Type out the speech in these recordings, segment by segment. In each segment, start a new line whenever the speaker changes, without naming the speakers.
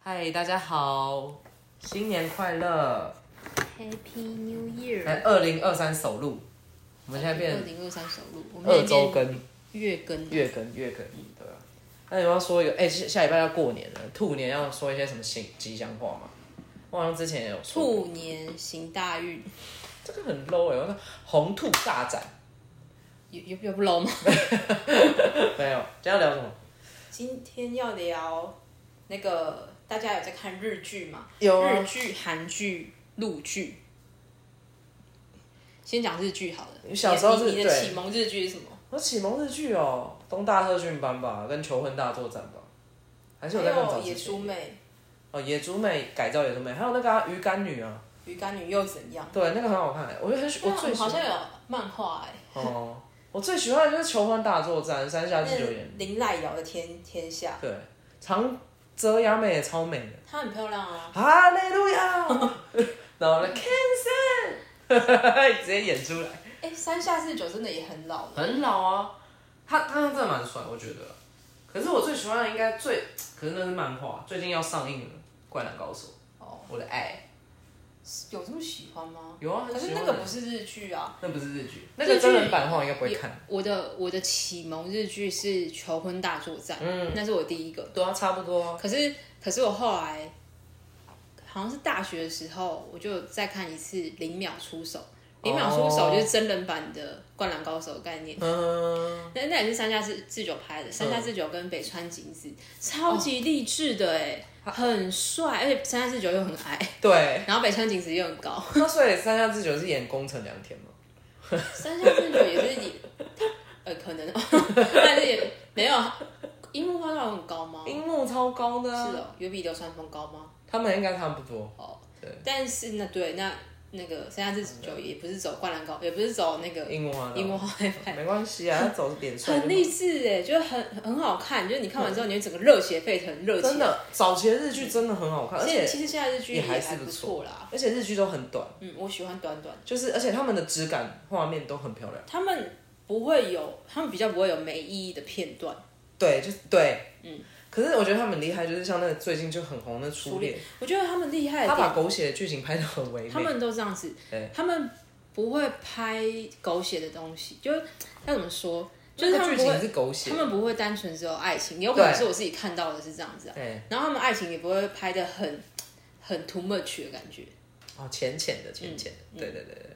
嗨，大家好，新年快乐！
Happy New
来
Year！
二零二三首录，我们现在
二
变
零二三首录，我们
二
现在
周
变
更，
月更，
月更月更，对啊。那你们要说一个，哎、下下礼拜要过年了，兔年要说一些什么新吉祥话吗？我好像之前也有说过，
兔年行大运，
这个很 low 哎、我说红兔大展，
有有有不 low 吗？
没有，今天要聊什么？
今天要聊那个大家有在看日剧吗？
有啊
日剧、韩剧、陆剧。先讲日剧好了。
你小时候
你
是
你的
对
启蒙日剧是什么？
我启蒙日剧哦，《东大特训班》吧，跟《求婚大作战》吧，还是我在看早
哎野
之前
猪妹、
哦，野猪妹改造野猪妹，还有那个、啊、鱼干女啊，
鱼干女又怎样？
对，那个很好看、我就很喜，
对
我
啊
最喜
好
欢。
像有漫画哎、
哦，我最喜欢的就是《求婚大作战》，山下
那
智久演。
林濑遥的天天下，
对，长泽雅美也超美的，
她很漂亮啊。
哈利路亚。 然后呢，Cancer，直接 演出来，
哎、山下智久真的也很老了。
很老啊。他他真的蛮帅，我觉得。可是我最喜欢的应该最，可是那是漫画，最近要上映了，《灌篮高手》。
哦，
我的爱
有这么喜欢吗？
有啊，
可是
很喜
那
欢
个
的
不是日剧啊。
那不是日剧，那
日
个
剧
真人版的话我应该不会看。
我的我的启蒙日剧是《求婚大作战》，嗯，那是我第一个。
对啊，差不多啊。
可是可是我后来好像是大学的时候，我就有再看一次《零秒出手》。零秒出
哦
手就是真人版的《灌篮高手》的概念，
嗯，
那、那也是山下智智久拍的，山下智久跟北川景
哦
子，超级励志的哎、
啊
很帅，而且山下智久又很矮，
对。
然后北川景子又很高，
那所以山下智久是演宫城良田吗？
山下智久也是你，呃，可能， 但是也没有。啊樱木花道有很高吗？
樱木超高的啊、
哦是哦，有比流川枫高吗？
他们应该差不多。
哦，
对，
但是那对那那个山下智久也不是走灌篮高，也不是走那个
樱木花道，
樱 木花道，
没关系啊，他走是脸帅就
很
好。
励志哎，就是很很好看，就是你看完之后你会整个热血沸腾，热
真
情。
的，早期的日剧真的很好看，而
现在
且
其实现在日剧
也还
还
是不
不
错
错啦，
而且日剧都很短，
嗯，我喜欢短短，
就是而且他们的质感画面都很漂亮。
他们不会有，他们比较不会有没意义的片段。
对，就是对，嗯。可是我觉得他们很厉害，就是像那个最近就很红的《初恋
我觉得他们厉》，害的
他
地
把狗血的剧情拍得很唯
他
美。
们都这样子
对，
他们不会拍狗血的东西，就是要怎么说，哦就是他
那个
们
剧
不
情
会，
是狗血
他，们不会单纯只有爱情，有可能
对
是我自己看到的是这样子啊。
对，
然后他们爱情也不会拍的很很 too much 的感觉。
哦，浅浅
嗯
的，浅浅的，对对对对。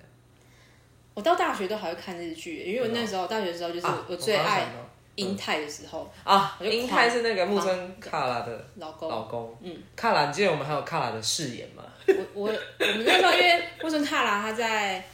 我到大学都还会看日剧，因为我那时候大学的时候就是
啊
我最
刚刚
爱
想到
英泰的时候，
啊，
我就
英
狂
泰是那个木村卡拉的
老公，
老公，嗯，卡拉，你记得我们还有卡拉的饰演吗
我我我们那时候因为木村拓郎他在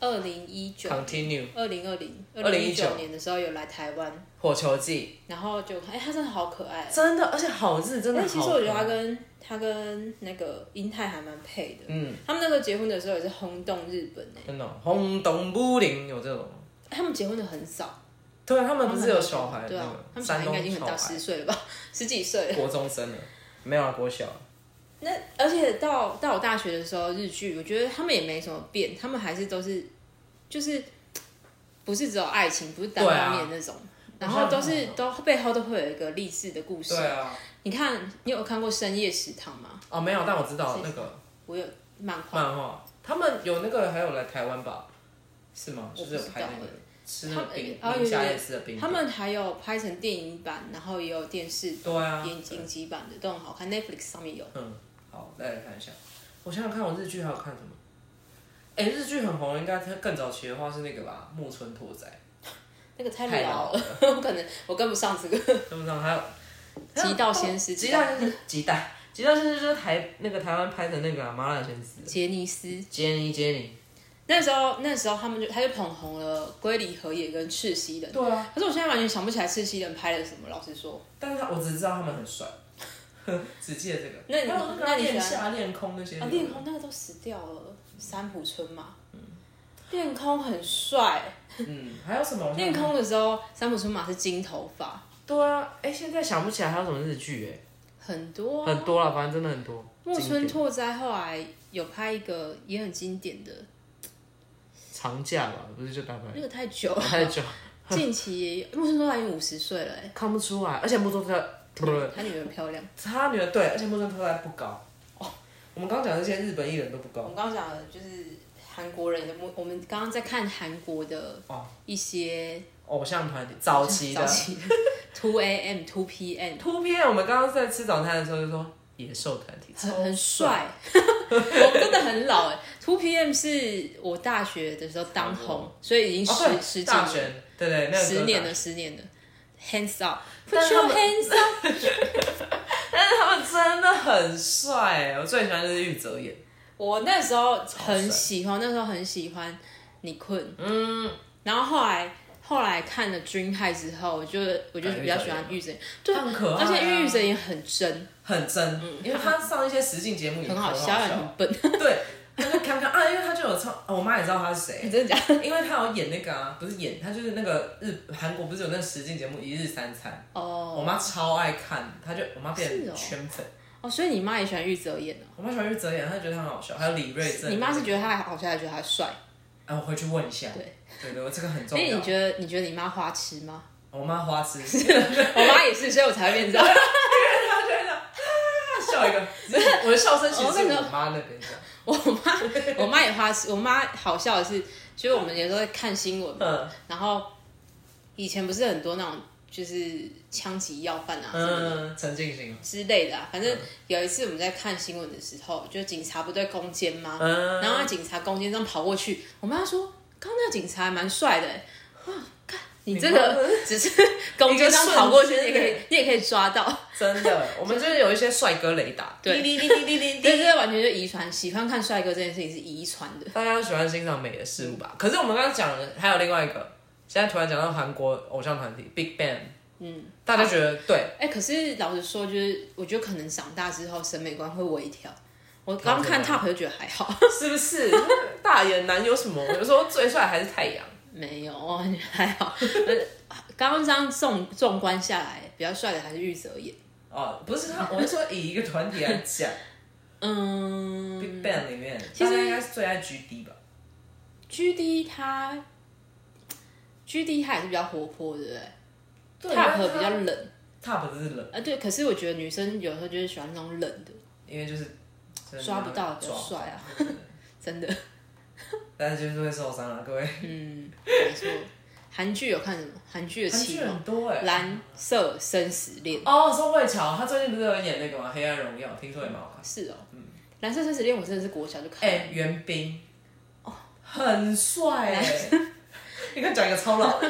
二零一九、
？Continue
二零二零、二零一
2019
九年的时候有来台湾，
火球季，
然后就哎、他真的好可爱哦。
真的，而且好日真的好
但
看。
其实我觉得他跟他跟那个英泰还蛮配的。
嗯，
他们那时候结婚的时候也是轰动日本诶、
真的哦轰动武林有这种，
他们结婚的很少，
对啊他们不是有小
他
孩
们对
那
啊，
个
他们小
山
孩应该已
东
经很
小
大，
孩，
十岁了吧，十几岁了。
国中生了，没有啊，国小，
那而且到到我大学的时候，日剧我觉得他们也没什么变，他们还是都是就是不是只有爱情，不是单
对啊
方面那种，然后都是都背后都会有一个励志的故事。
啊，
你看，你有看过《深夜食堂》吗？
哦没有，但我知道那个
我有漫画，
漫画，他们有那个还有来台湾吧？是吗？
我
就
不
是有拍那个
知道
吃
欸
那个冰，
他们哎
宁夏夜市的冰，
他们还有拍成电影版，然后也有电视
对啊，
影影集版的都很好看，Netflix 上面有。
嗯，好，再来看一下。我想想看，我日剧还有看什么？哎、日剧很红，应该更早期的话是那个吧，木村拓哉，
那个太
太老
老了， 我可能我跟不上这个。
对不对？还有
极道先师
极道先师， 极道，极道先师就是台那个台湾拍的那个、啊《麻辣鲜师
杰尼斯》，
杰尼杰尼，
那时候那时候他们就他就捧红了龟梨和也跟赤西仁，
对啊，
可是我现在完全想不起来赤西仁拍了什么。老实说，
但是他我只知道他们很帅， 只记得这个。
那你
还有那个
那你喜
练
欢
下练空那些
啊，
人，
恋空那个都死掉了，三浦春马。恋空很帅，
嗯，还有什么？
恋空的时候三浦春马是金头发，
对啊，哎、现在想不起来还有什么日剧哎、
很多啊、
很多了，反正真的很多。
木
经
村
典
拓哉后来有拍一个也很经典的，
长假吧，不是就打牌
那 个 太久了，
太久。
近期也有木村拓哉已经五十岁了、欸，
看不出来，而且木村拓不不，
他女儿很漂亮。
他女儿对，而且木村拓哉不高哦。我们刚讲的那些日本艺人都不
我
高
们刚刚讲的就是韩国人的，我我们刚刚在看韩国的
哦
一些
偶像团体早期的
早。期 Two A.M. Two P.M.
突片，我们刚刚在吃早餐的时候就说野兽团体
很很，帅，我们真的很老哎。Two P.M. 是我大学的时候当红，所以已经
超帅
十、
哦对
十几
大
年
学对对，那个歌
十年
手
了，十年了。Hands up，
但
put
他
your
们
hands up。
但是他们真的很帅，欸我最喜欢就是玉泽演，
我那时候
超帅
很喜欢，那时候很喜欢你困，嗯，然后后来后来看了《Dream High》之后，我就我就
啊
比较
玉泽
喜欢
演
玉泽演，对，
他很可爱啊
而且因为玉泽也很真，
很真，因为他上一些实境节目也
嗯很
好
好笑，小很笨，
对，他就看看啊，因为他就有唱，哦我妈也知道他是谁，
真的假的？
因为他有演那个啊，不是演，他就是那个日韩国不是有那个实境节目《一日三餐》，我
哦
妈超爱看，她就我妈变
是哦
成圈粉，
哦，所以你妈也喜欢玉泽演哦。
我妈喜欢玉泽演，她觉得他很好笑，还有李瑞镇，
你妈是觉得他好笑，还是觉得他帅？
哎，我回去问一下，
对
对对，我这个很重
哎，
要
你，觉得你觉得你妈花痴吗？
我妈花痴。
我妈也是，所以我才会变这样。
他就会这样啊笑一个，只是我的笑声其实是我妈那边的。
我妈我妈也花痴，我妈好笑的是，就是我们有时候在看新闻嘛，
嗯，
然后以前不是很多那种就是枪击要犯啊什么的
嗯，陈静心，
之类的啊，反正有一次我们在看新闻的时候，就警察不对攻坚吗？
嗯
然后那警察攻坚这样跑过去，我妈说：“刚刚那个警察还蛮帅的、欸，哇，看你这
你妈
个只是攻坚这样跑过去，你
一
也可以
个瞬，
你也可以 抓到。
真的，我们就是有一些帅哥雷达，
对
滴滴滴滴滴”
对，
滴。
这完全就遗传，喜欢看帅哥这件事情是遗传的。
大家都喜欢欣赏美的事物吧？可是我们刚刚讲的还有另外一个，现在突然讲到韩国偶像团体 Big Bang，嗯，大家觉得对，
哎、可是老实说，就是我觉得可能长大之后审美观会微调。我刚看
调
Top 就觉得还好，
是不是？大眼男有什么？有时候最帅还是太阳，
没有，我感觉还好。呃刚刚这样纵纵观下来，比较帅的还是玉泽演。
哦，不是他，我是说以一个团体来 讲
嗯
，Big Bang 里面，
其实
大家应该是最爱 GD 吧？
，G D 他，G D 他也是比较活泼，对不对
对
？Top 比较冷，
，Top 是冷。
啊对。可是我觉得女生有时候就是喜欢那种冷的，
因为就是真的
抓不到比较
抓不到
帅啊， 真的。
但是就是会受伤啊，各位。
嗯，没错。韩剧有看什么？韩剧的
韩
启
剧
蒙，
很多哎、
蓝色生死恋
哦，说魏乔，他最近不是有演那个吗？《黑暗荣耀》，听说也蛮好看。
是哦。蓝色生死恋我真的是国小就看
嗯
了，
哎、袁冰，
哦
很帅哎、你看讲一个超老，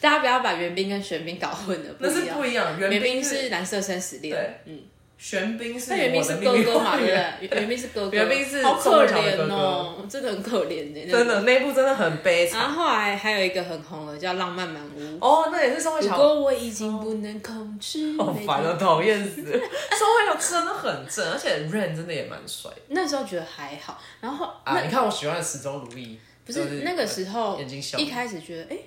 大家不要把袁冰跟玄冰搞混 了，不
那
一
是
样。
不一样。
袁
袁
冰
冰
是蓝色生死恋，嗯，
玄彬是
那袁冰
我
是
的
哥
秘密
哥嘛，
花
对
园。
不对？袁冰是哥哥，
袁冰是
好可
宋慧乔的
怜
哥
哦，真的很可怜的，
真。的，那一部真的很悲惨。
然后后来还有一个很红的叫《浪漫满屋》，
哦，那也是宋慧
如
乔，
果我已经不能控制，
好
每
烦
天
啊，讨厌死。宋慧乔真的很正，而且 Rain 真的也蛮帅的
那时候觉得还好，然后
啊。你看我喜欢的始终如一，
不
都
是那个时候
眼睛小
一开始觉得哎，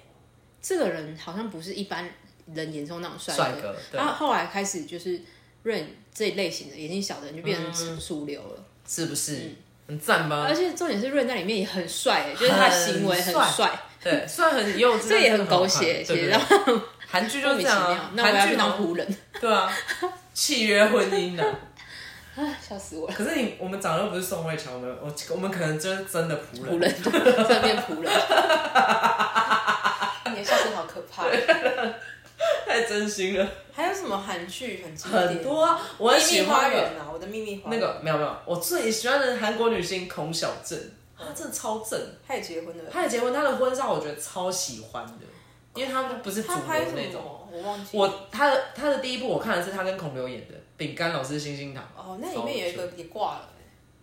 这个人好像不是一般人眼中那种帅
帅
哥，
哥，对
然，后后来开始就是润这一类型的眼睛小的人就变
嗯
成主流了。
是不是？
嗯
很赞吧
而？且重点是润在里面也很帅、欸，就是他的行为很
很
帅，
对，虽然很幼稚，
这也
但是
很狗
好
血，欸
看
其实
对
然
对
后
韩剧就
莫
是
名
这
其
样
妙
啊。，
那我要
韩
去
剧
当
好，
湖人，
对啊，契约婚姻啊。
啊，笑死我了，
可是你我们长得又不是宋慧乔，我们我我们可能就是真的仆人，
湖人， 正面湖人， 你的笑声好可怕。
太真心了。
还有什么韩剧很经典？
很多啊，我很
秘
喜
密花
欢的
园啊，我的秘密花
那
园，
个没有没有，我最喜欢的韩国女星孔小正，
啊
她真的超正。
他也结婚了，
她的结婚，她的婚纱我觉得超喜欢的，因为她就不是主
他
流
拍什
那种。啊
么？我忘记。
我她的她的第一部我看的是她跟孔刘演的《饼干老师星星糖
哦，那里面有一个也挂了、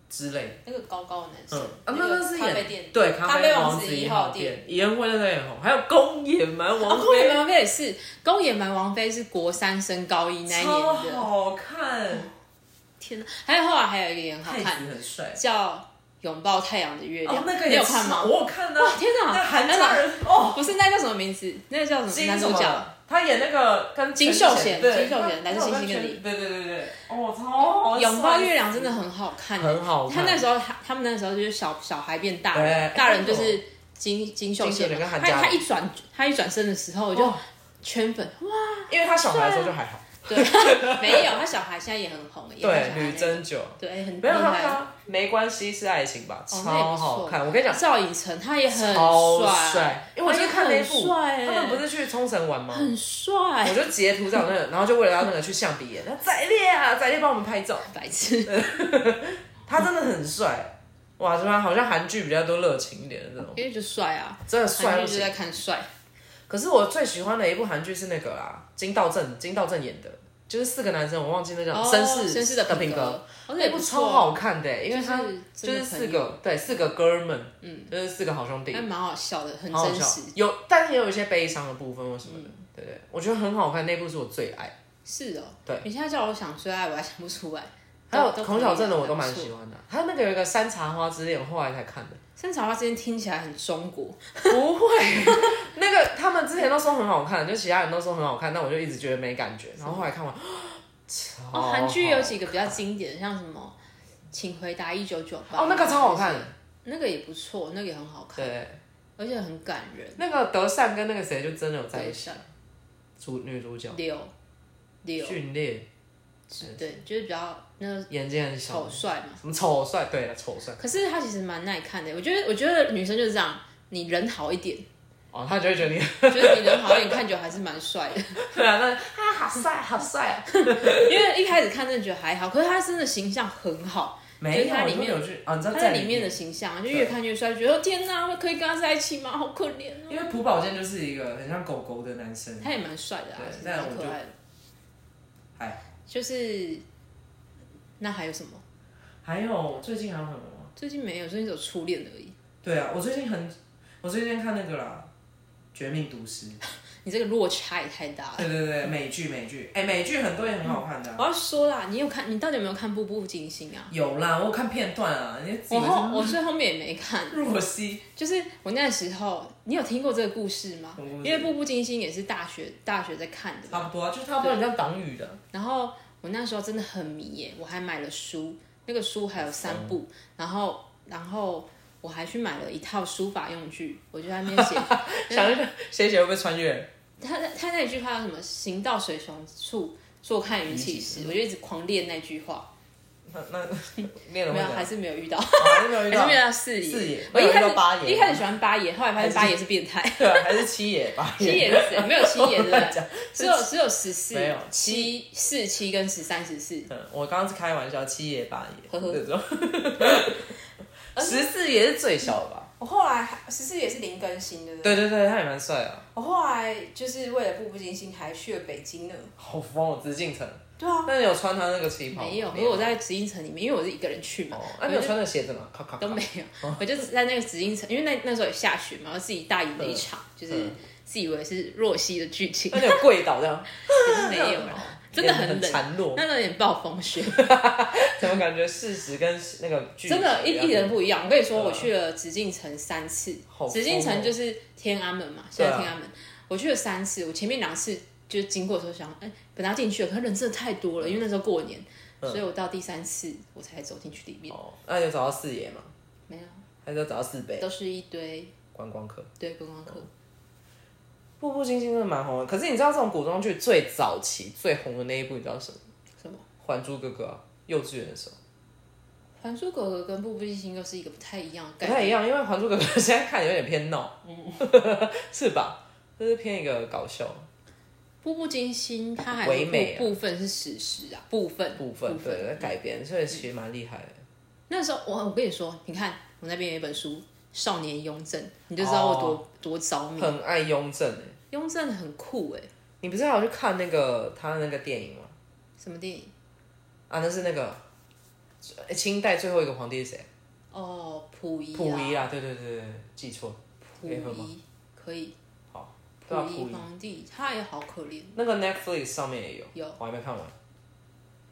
之类的。
那个高高的男生
嗯，，啊，那
哦个
个是
咖啡
演
店，
对
咖
咖
啡
啡
王
王
子
子
一
一
号
号店，
店
演惠在那里很红，还有宫野蛮
然
王
后
妃，
宫野蛮妃也是，宫野蛮王妃是国三升高一 那
啊
一
超
年的。
好看，
天哪！还有后来还有一个也很好
太子
看，
很帅，
叫《拥抱太阳的月亮》，
哦，那个
你
也
有看吗
是？我有看
哇
啊，
天哪！
那韩
那
家
个
人哦，
不是那叫什么名字？那个叫什么
金
男
什
主
么
角？
的，他演那个跟
金
全智
秀
贤
贤
对
金秀贤
那
来自
那
星
我
星的
跟
你
全对对对对，哦，超好
《
帅，
拥抱月亮》真的很好看欸，
很好
他
看
那时候他他们那时候就是小小孩变大人，
对哦
大人就是金金秀
金秀
贤
贤
嘛。
跟
他
韩佳
他一转他一转身的时候，我就
哦
圈粉，哇！
因为他小孩的时候就还好，
对，没有，他小孩现在也很红，也很
对
喜，欢
女针灸。
对，很厉
没有他
害。
他没关系是爱情吧，
哦那也
超
不错
好看。我跟你讲，
赵寅成他也很
超
帅，
因为我就是看那一部，
他也很帅欸
他们不是去冲绳玩吗？
很
我
帅，
就截图在我那个，然后就为了要那个去象鼻岩，那宰烈啊，宰烈帮我们拍照，
白痴。
他真的很帅，哇，是吧？好像韩剧比较多热情一点的这种，
因为就帅啊，
真的帅
韩
不
剧就在
行。
看帅，
可是我最喜欢的一部韩剧是那个啦，金道正，金道正演的，就是四个男生，我忘记那叫
哦
绅士
绅士的
品格，
格，哦那
那
也
部
不
超
错，
好看的欸，因为他
就是
就
真
是
的
四
朋友
个对四个哥们，嗯，就是四个好兄弟
还，蛮好笑的，很
好好
真
笑
实。
有，但是也有一些悲伤的部分或什么的，
嗯
对对，我觉得很好看，那部是我最爱。
是哦，
对，
你现在叫我想最爱，我还想不出来。
还有
啊都都
孔小振的我都蛮
可以啊
喜欢的，他那个有一个《山茶花之恋》，我后来才看的。
山茶花之前听起来很中国，
不会， 那个他们之前都说很好看，就其他人都说很好看，但我就一直觉得没感觉，然后后来看完，超
哦，韩剧
好
有几个比较经典的，像什么《请回答一九九八》
哦，那个超好看，，
那个也不错，那个也很好看，
对，
而且很感人。
那个德善跟那个谁就真的有在一起，
下
主女主角
六六，
训练
对，就是比较那个
眼睛很小
丑，帅嘛。
什么丑帅，对了，丑帅，
可是他其实蛮耐看的，我觉得，我觉得女生就是这样，你人好一点，
哦，他就会觉得你，
觉得你人好一点，看久还是蛮帅的。
对啊，那他好帅，好帅啊，
因为一开始看真的觉得还好，可是他真的形象很好，
没
就是
有，
它
我
里
就
面
有去啊，你知道
他在里面的，形象就越看越帅，觉得天哪，我可以跟他在一起吗？好可怜哦。
因为朴宝剑就是一个很像狗狗的男生，
他也蛮帅的啊，
对
其实
但
蛮
我
可
就
爱的。
哎，
就是那还有什么？
还有最近还有什么吗？
最近没有，最近只有初恋而已。
对啊，我最近很，我最近看那个啦，《绝命毒师》。
你这个落差也太大了。
对对对，美剧美剧，哎、美剧很多也很好看的啊、
我要说啦，你有看？你到底有没有看《步步惊心》啊？
有啦，我有看片段啊，你自以
我
为
后
是
我最后面也没看，
若曦
就是我那时候，你有听过这个故事吗？
什么故
因
事
为《步步惊心》也是大学大学在看的嘛，
差不多啊，就是差不多很像党羽的，
然后我那时候真的很迷耶，我还买了书，那个书还有三部，
嗯
然后然后我还去买了一套书法用具，我就在那 边写。
想一想谁写会不会穿越？
他他那句话叫什么？行到水穷处，坐看云起时。我就一直狂练那句话，
那那练了会
没有，
怎样
还是没有遇到，
哦还是嗯没有遇
还是
到
没有遇到四爷。
四爷
我一
没有
开
遇
始
到八爷
一开始喜欢八爷，后来发现八爷是变态。
对啊，还是七爷吧？
七爷是谁？没有七爷对不
乱
对？
讲。
只有只有十四
没有、
七、四七跟十三、十四。
嗯，我刚刚是开玩笑，七爷八爷
呵呵
这种， 十四爷是最小的吧？
我后来十四也是零更新的，对
对对对，他也蛮帅啊，
我后来就是为了步步惊心，还去了北京呢。
好疯哦，紫禁城。
对啊，
那你有穿他那个旗袍吗？
没有，因为我在紫禁城里面，因为我是一个人去嘛
哦，，那、你有穿那个哦鞋子吗？咔咔咔
哎都没有，我就在那个紫禁城，因为那那时候也下雪嘛，我自己大
嗯
饮了一场，就是自以为是若曦的 剧情，
那你有跪倒这样？
可是没有啦， 真的
哦很
很冷，
孱弱，
那时候有点暴风雪，
怎么感觉事实跟那个剧
真的，一
样
一人不一样。我跟你说，我去了紫禁城三次
啊好，啊
紫禁城就是天安门嘛，现
对
在
啊
天安门，我去了三次，我前面两次就是经过的时候想，哎、本来要进去了，可是人真的太
嗯
多了，因为那时候过年，所以我到第三次我才走进去里面，
哦，那你有找到四爷吗？
没有，
还是有找到四北
都是一堆
观光客？
对观光客，
嗯步步惊心真的蛮红的，可是你知道这种古装剧最早期最红的那一部，你知道是什么？
什么
《还珠格格》啊，幼稚园的时候
《还珠格格》跟《步步惊心》又是一个不太一样的
不
概念，
太一啊样，因为《还珠格格》现在看有点偏闹，
嗯
是吧？就是偏一个搞笑
《步步惊心》它还
唯
有
美
部
啊
部分是史实啊，部分
部分，对，在改编，所以其实蛮厉害的。
那时候我我跟你说，你看我那边有一本书《少年雍正》，你就知道我多、多着迷。
很爱雍正欸
雍正很酷哎、
你不是还有去看那个他的那个电影吗？
什么电影？
啊，那是那个呃清代最后一个皇帝是谁？
哦，溥仪、啊，
溥仪啊，对对对对，记错了。
溥
可以喝吗
仪可以，
好，
溥
对啊，溥
仪
仪
皇帝他也好可怜，
那个 Netflix 上面也有，
有
我还没看完。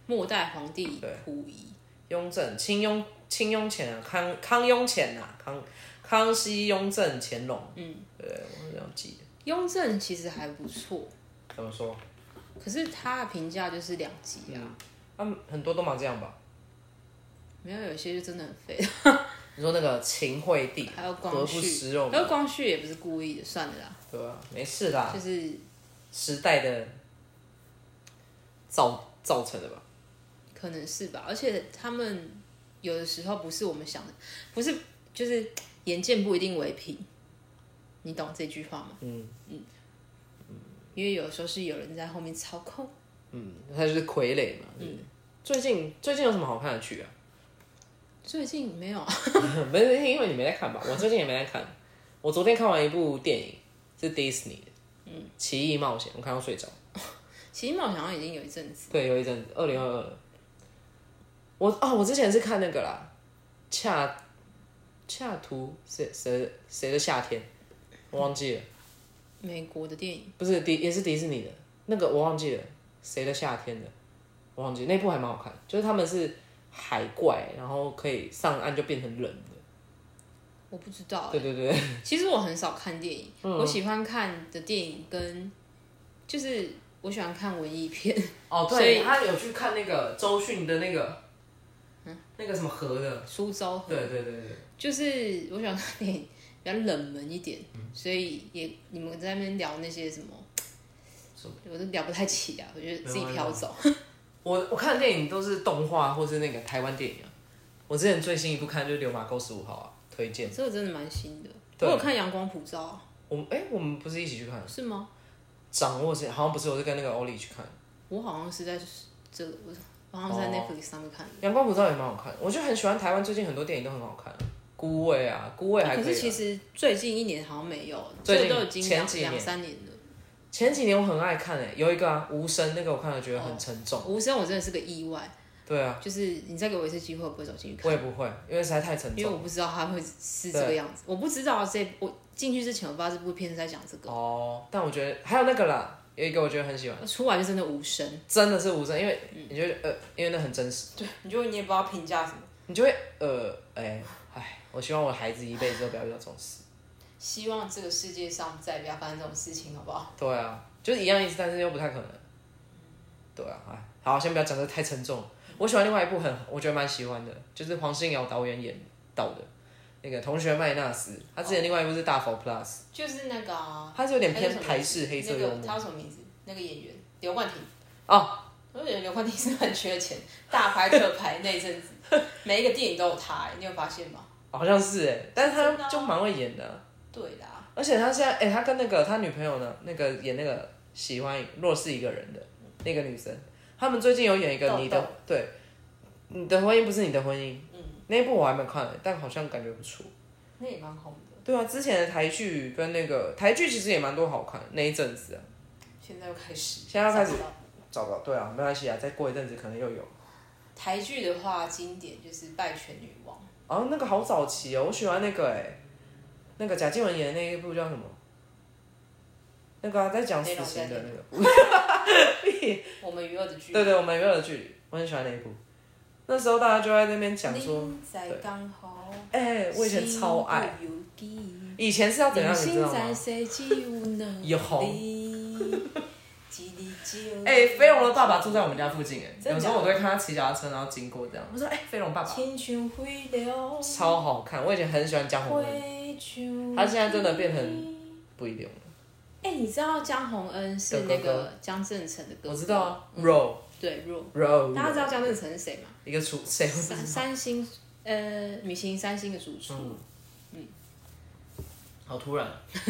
末代皇帝
对
溥仪，
雍正、清雍、清雍乾啊，康康雍乾啊，康康熙、雍正、乾隆，嗯，对，我这样记的。
雍正其实还不错，
怎么说？
可是他的评价就是两极
嗯
啊，
他们很多都嘛这样吧。
没有有些就真的很废，
你说那个秦惠帝，
还有光
德不
绪，
食肉，
可是光绪也不是故意的，算了啦，
啊对吧、没事啦，
就是
时代的造造成的吧？
可能是吧。而且他们有的时候不是我们想的，不是就是眼见不一定为凭，你懂这句话吗？嗯嗯因为有时候是有人在后面操控。
嗯，他就是傀儡嘛。嗯，最近最近有什么好看的剧啊？
最近没 有，啊
没有，因为你没在看吧？我最近也没在看。我昨天看完一部电影，是 Disney 的，嗯，《奇异冒险》，我看到睡着。
奇异冒险好像已经有一阵子，
对，有一阵子，二零二二。我啊、我之前是看那个啦，恰恰图谁谁谁的夏天，我忘记了，
美国的电影
不是迪也是迪士尼的那个，我忘记了谁的夏天的，我忘记那部还蛮好看，就是他们是海怪，然后可以上岸就变成人的，
我不知道。啊
对对对，
其实我很少看电影，我喜欢看的电影跟就是我喜欢看文艺片，
哦
对所以
他有去看那个周迅的那个，嗯，那个什么河的，
苏州河
对对对，
就是我想看电影比较冷门一点，
嗯
所以也你们在那边聊那些什么
什么，
我都聊不太起啊，我觉得自己飘走。
我我看的电影都是动画或是那个台湾电影啊。我之前最新一部看就是《流马沟十五号》啊，推荐。
这个真的蛮新的，我
对嗯
有看《阳光普照啊
我们哎、我们不是一起去看》，
是吗？
掌握是好像不是，我是跟那个欧丽去看。
我好像是在这个，我我好像是在
哦
Netflix 上面看的。
阳光普照也蛮好看，我就很喜欢台湾最近很多电影都很好看、啊，孤味啊，孤味还
可
可以、
是
啊。
其实最近一年好像没有，
最
这
近
个都已经
前
两
几年
两三年了。
前几年我很爱看诶、有一个啊无声那个我看了觉得很沉重。
无声我真的是个意外，
对啊，
就是你再给我一次机会，我不会走进去看
我。也不会，因为实在太沉
因为
重。
我不知道他会是这个
对
样子，我不知道这我进去之前我不知道这部片是在讲这个，
哦，但我觉得还有那个啦，有一个我觉得很喜欢，
出来就真的无声，
真的是无声，因为你觉得、呃，因为那很真实。
对，你就你也不知道评价什么，
你就会呃，哎、哎，我希望我的孩子一辈子都不要遇到这种事。
希望这个世界上再也不要发生这种事情，好不好？
对啊，就是一样意思，但是又不太可能。对啊，哎，好，先不要讲这个太沉重了。我喜欢另外一部很，我觉得蛮喜欢的，就是黄信尧导演演导的那个《同学麦纳斯》，他之前另外一部是《大佛 Plus》，
就是那个啊，
他是有点
还
偏
什么
台式黑色幽
那个
默。
他叫什么名字？那个演员刘冠廷。
哦，
我就觉得刘冠廷是很缺钱，大牌特牌那 一阵子，每一个电影都有他、欸，你有发现吗？
好像是哎，但是
真的
他
啊
就蛮会演的啊、
对啦，
而且他现在哎、他跟那个他女朋友呢，那个演那个喜欢若是一个人的那个女生，他们最近有演一个
豆
你的
豆
对，你的婚姻不是你的婚姻，
嗯，
那一部我还没看、但好像感觉不错。
那也蛮红的，
对啊，之前的台剧跟那个台剧其实也蛮多好看，那一阵子啊，
现在又开始，
现在要开始
找不到
找不到，对啊，没关系啊，再过一阵子可能又有。
台剧的话，经典就是《拜权女王》。
哦，那个好早期哦，我喜欢那个哎、那个贾静雯演的那一部叫什么？那个、啊、在讲死刑的那个。
我们娱乐的剧。
对对，我们有的距离，我很喜欢那一部。那时候大家就在那边讲说，
明在刚好，
哎、我以前超爱，
心不由己。
以前是要怎样，你知道
人
吗
生在？世只有两
有
里一日只有
哎、飞龙的爸爸住在我们家附近，哎，
真的
有时候我都会看他骑脚踏车，然后经过这样，我说，哎、飞龙爸爸
天上飞了，
超好看，我以前很喜欢江宏恩，
飞上
他现在真的变成不一定了，
哎、你知道江宏恩是
的
那
哥哥
个江正成的哥哥？
我知道啊，roll
对若，大家知
roll，
道江正成是谁吗？
一个厨谁会不知道
三三星呃，米其林三星的主厨。
嗯好突然，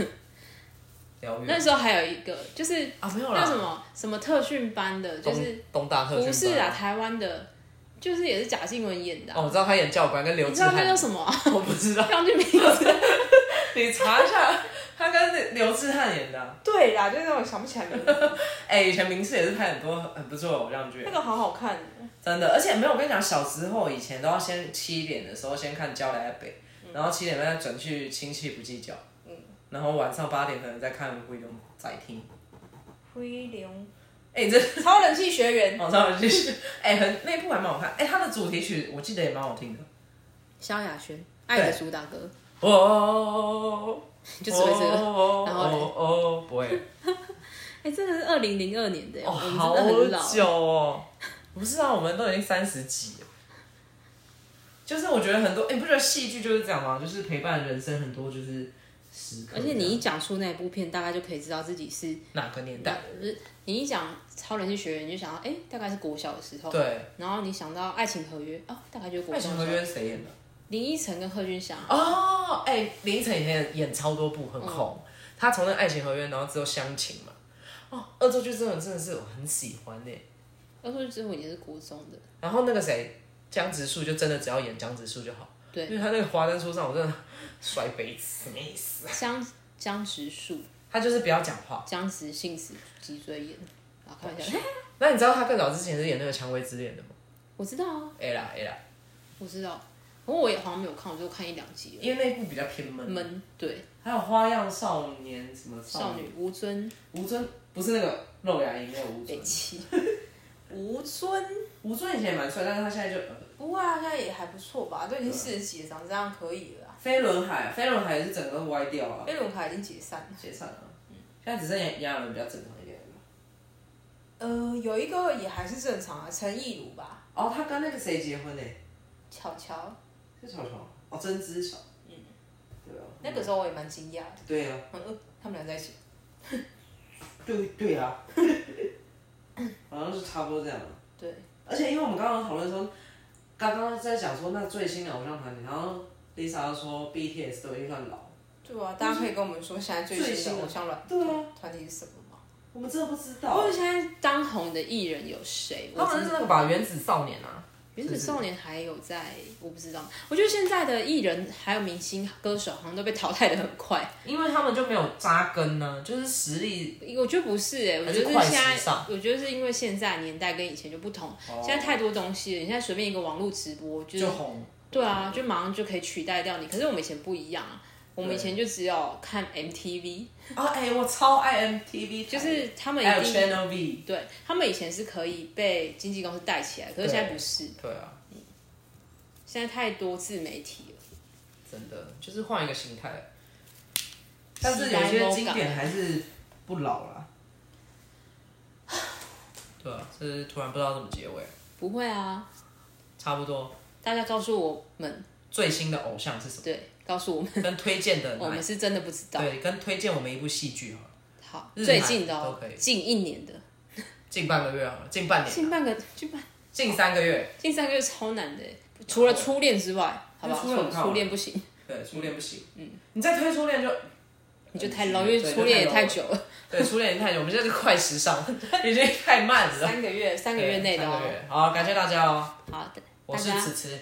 疗
那
愈
时候还有一个就是
啊，没有
那什
啦，
么什么特训班的，就
东
是
东大特
不是
啊，
啊，台湾的，就是也是贾静雯演的啊、
哦，我知道他演教官跟刘
你
志
知道那叫
汉，
什么啊？
我不知道。
忘记名字。
你查一下，他跟那刘志汉演的啊、
对啦，就是那种想不起来名字，
哎、以前明视也是拍很多很不错的偶像剧，啊
个好好看。
真的。而且没有，我跟你讲，小时候以前都要先七点的时候先看《娇来北》，
嗯
然后七点半再转去亲戚不计较，然后晚上八点可能再看《灰龙再听》。
灰龙
哎、你这
超人气学员，
网上有去？哎、很那部还蛮好看。哎、它的主题曲我记得也蛮好听的。
萧亚轩，爱的主打歌，
哦，
就只会这个。
哦
然后嘞
哦哦，不会。
哎，真的是二零零二年的耶，
哦，
我们真的很
好久
老。
哦！不是啊，我们都已经三十几了。就是我觉得很多，哎、你不觉得戏剧就是这样吗？就是陪伴人生很多，就是时刻
而且你一讲出那部片，大概就可以知道自己是
哪个年代？
你一讲超人气学员，你就想到哎、大概是国小的时候。
对，
然后你想到《爱情合约》哦，大概就是国
爱
小
情合
的时候。
约是谁演的？
林依晨跟贺军翔，
哦，哎、林依晨以前演演超多部，很红。她从那《爱情合约》，然后之后《乡情》嘛。哦，恶作剧之吻真的是我很喜欢的。
要说之后也是国中的，
然后那个谁，江直树就真的只要演江直树就好。
对，
因为他那个华灯初上，我真的摔杯子，什么意思？
江江直树、
他就是不要讲话。
江直信子、脊椎炎，啊，开玩笑，
那你知道他更早之前是演那个《蔷薇之恋》的吗？
我知道啊，
哎啦哎啦，
我知道，不过我也好像没有看，我就看一两集
因为那一部比较偏
而已。
闷。
闷，对，
还有《花样少年》什么
少女吴尊哎
吴尊不是那个肉芽音，那个吴尊
北。齐， 吴尊，
吴尊以前也蛮帅，但是他现在就、呃
不过他现在也还不错吧，都已经四十几了，长这样可以了啦。
飞轮海，啊飞轮海是整个都歪掉啊，
飞轮海已经解散了，
解散了。现在只剩炎亚纶比较正常一点了。
呃，有一个也还是正常啊，陈亦儒吧，
哦，他跟那个谁结婚呢、
巧巧，
是巧巧吗哦，曾之乔。嗯，对啊。
那个时候我也蛮惊讶的，
对啊，
嗯，呃他们俩在一起，
对对啊， 好像是差不多这样。
对，啊
而且因为我们刚刚讨论说，刚刚在讲说那最新的偶像团体，然后 Lisa 就说 BTS 都已经算老，
对啊，大家可以跟我们说现在最
最
新
新
的
的
偶像软
对啊，
团体是什么吗？
我们真的不知
或
道。
者现在当红的艺人有谁？
他
我
们
真
是
的
那个吧，原子少年啊，
原子少年还有在，我不知道。我觉得现在的艺人还有明星歌手好像都被淘汰的很快，
因为他们就没有扎根呢、就是实力
我觉得不是哎、我
还
觉
是
得
快
现
时
在
尚，哦
我觉得是因为现在年代跟以前就不同，现在太多东西了。你现在随便一个网络直播，就是
就红。
对啊，就马上就可以取代掉你。可是我们以前不一样啊，我们以
对
前就只有看 MTV，
啊，哎、我超爱 MTV，台
就是他们
还有
一定
Channel V。
对他们以前是可以被经纪公司带起来，可是现在不是，
对啊，
现在太多自媒体了。
真的就是换一个心态。
但是有些经典
还是不老了。 对啊，就是突然不知道怎么结尾，
不会啊，
差不多。
大家告诉我们，
最新的偶像是什么？
对，告诉我们，
跟推荐的
我
哪
们是真的不知道。
对，跟推荐我们一部戏剧啊好了，
好，
日韩
最近的、哦
都可以
近一年的，
近半个月好了，近半年，
近半个近半
近三个月。
近三个月超难的，除了初恋之外，好吧，
因为初恋很好
初恋不行，
对，初恋不行。嗯，你再推初恋就
你就太 low，因为
对
初恋也
就
太
太 low
久了，
对，初恋也太久，我们现在是快时尚， 已经太慢了。
三个月三个月内的
对三个
哦。
月好，感谢大家哦。
好的，
我
大
是
家，
迟迟，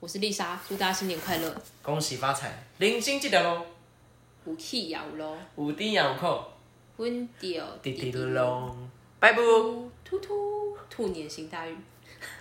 我是丽莎，祝大家新年快乐，
恭喜发财，零星记得喽，
五 K 呀五喽，
五丁养扣，
温迪哦，
滴滴噜，隆，拜拜。
突突，兔年行大运。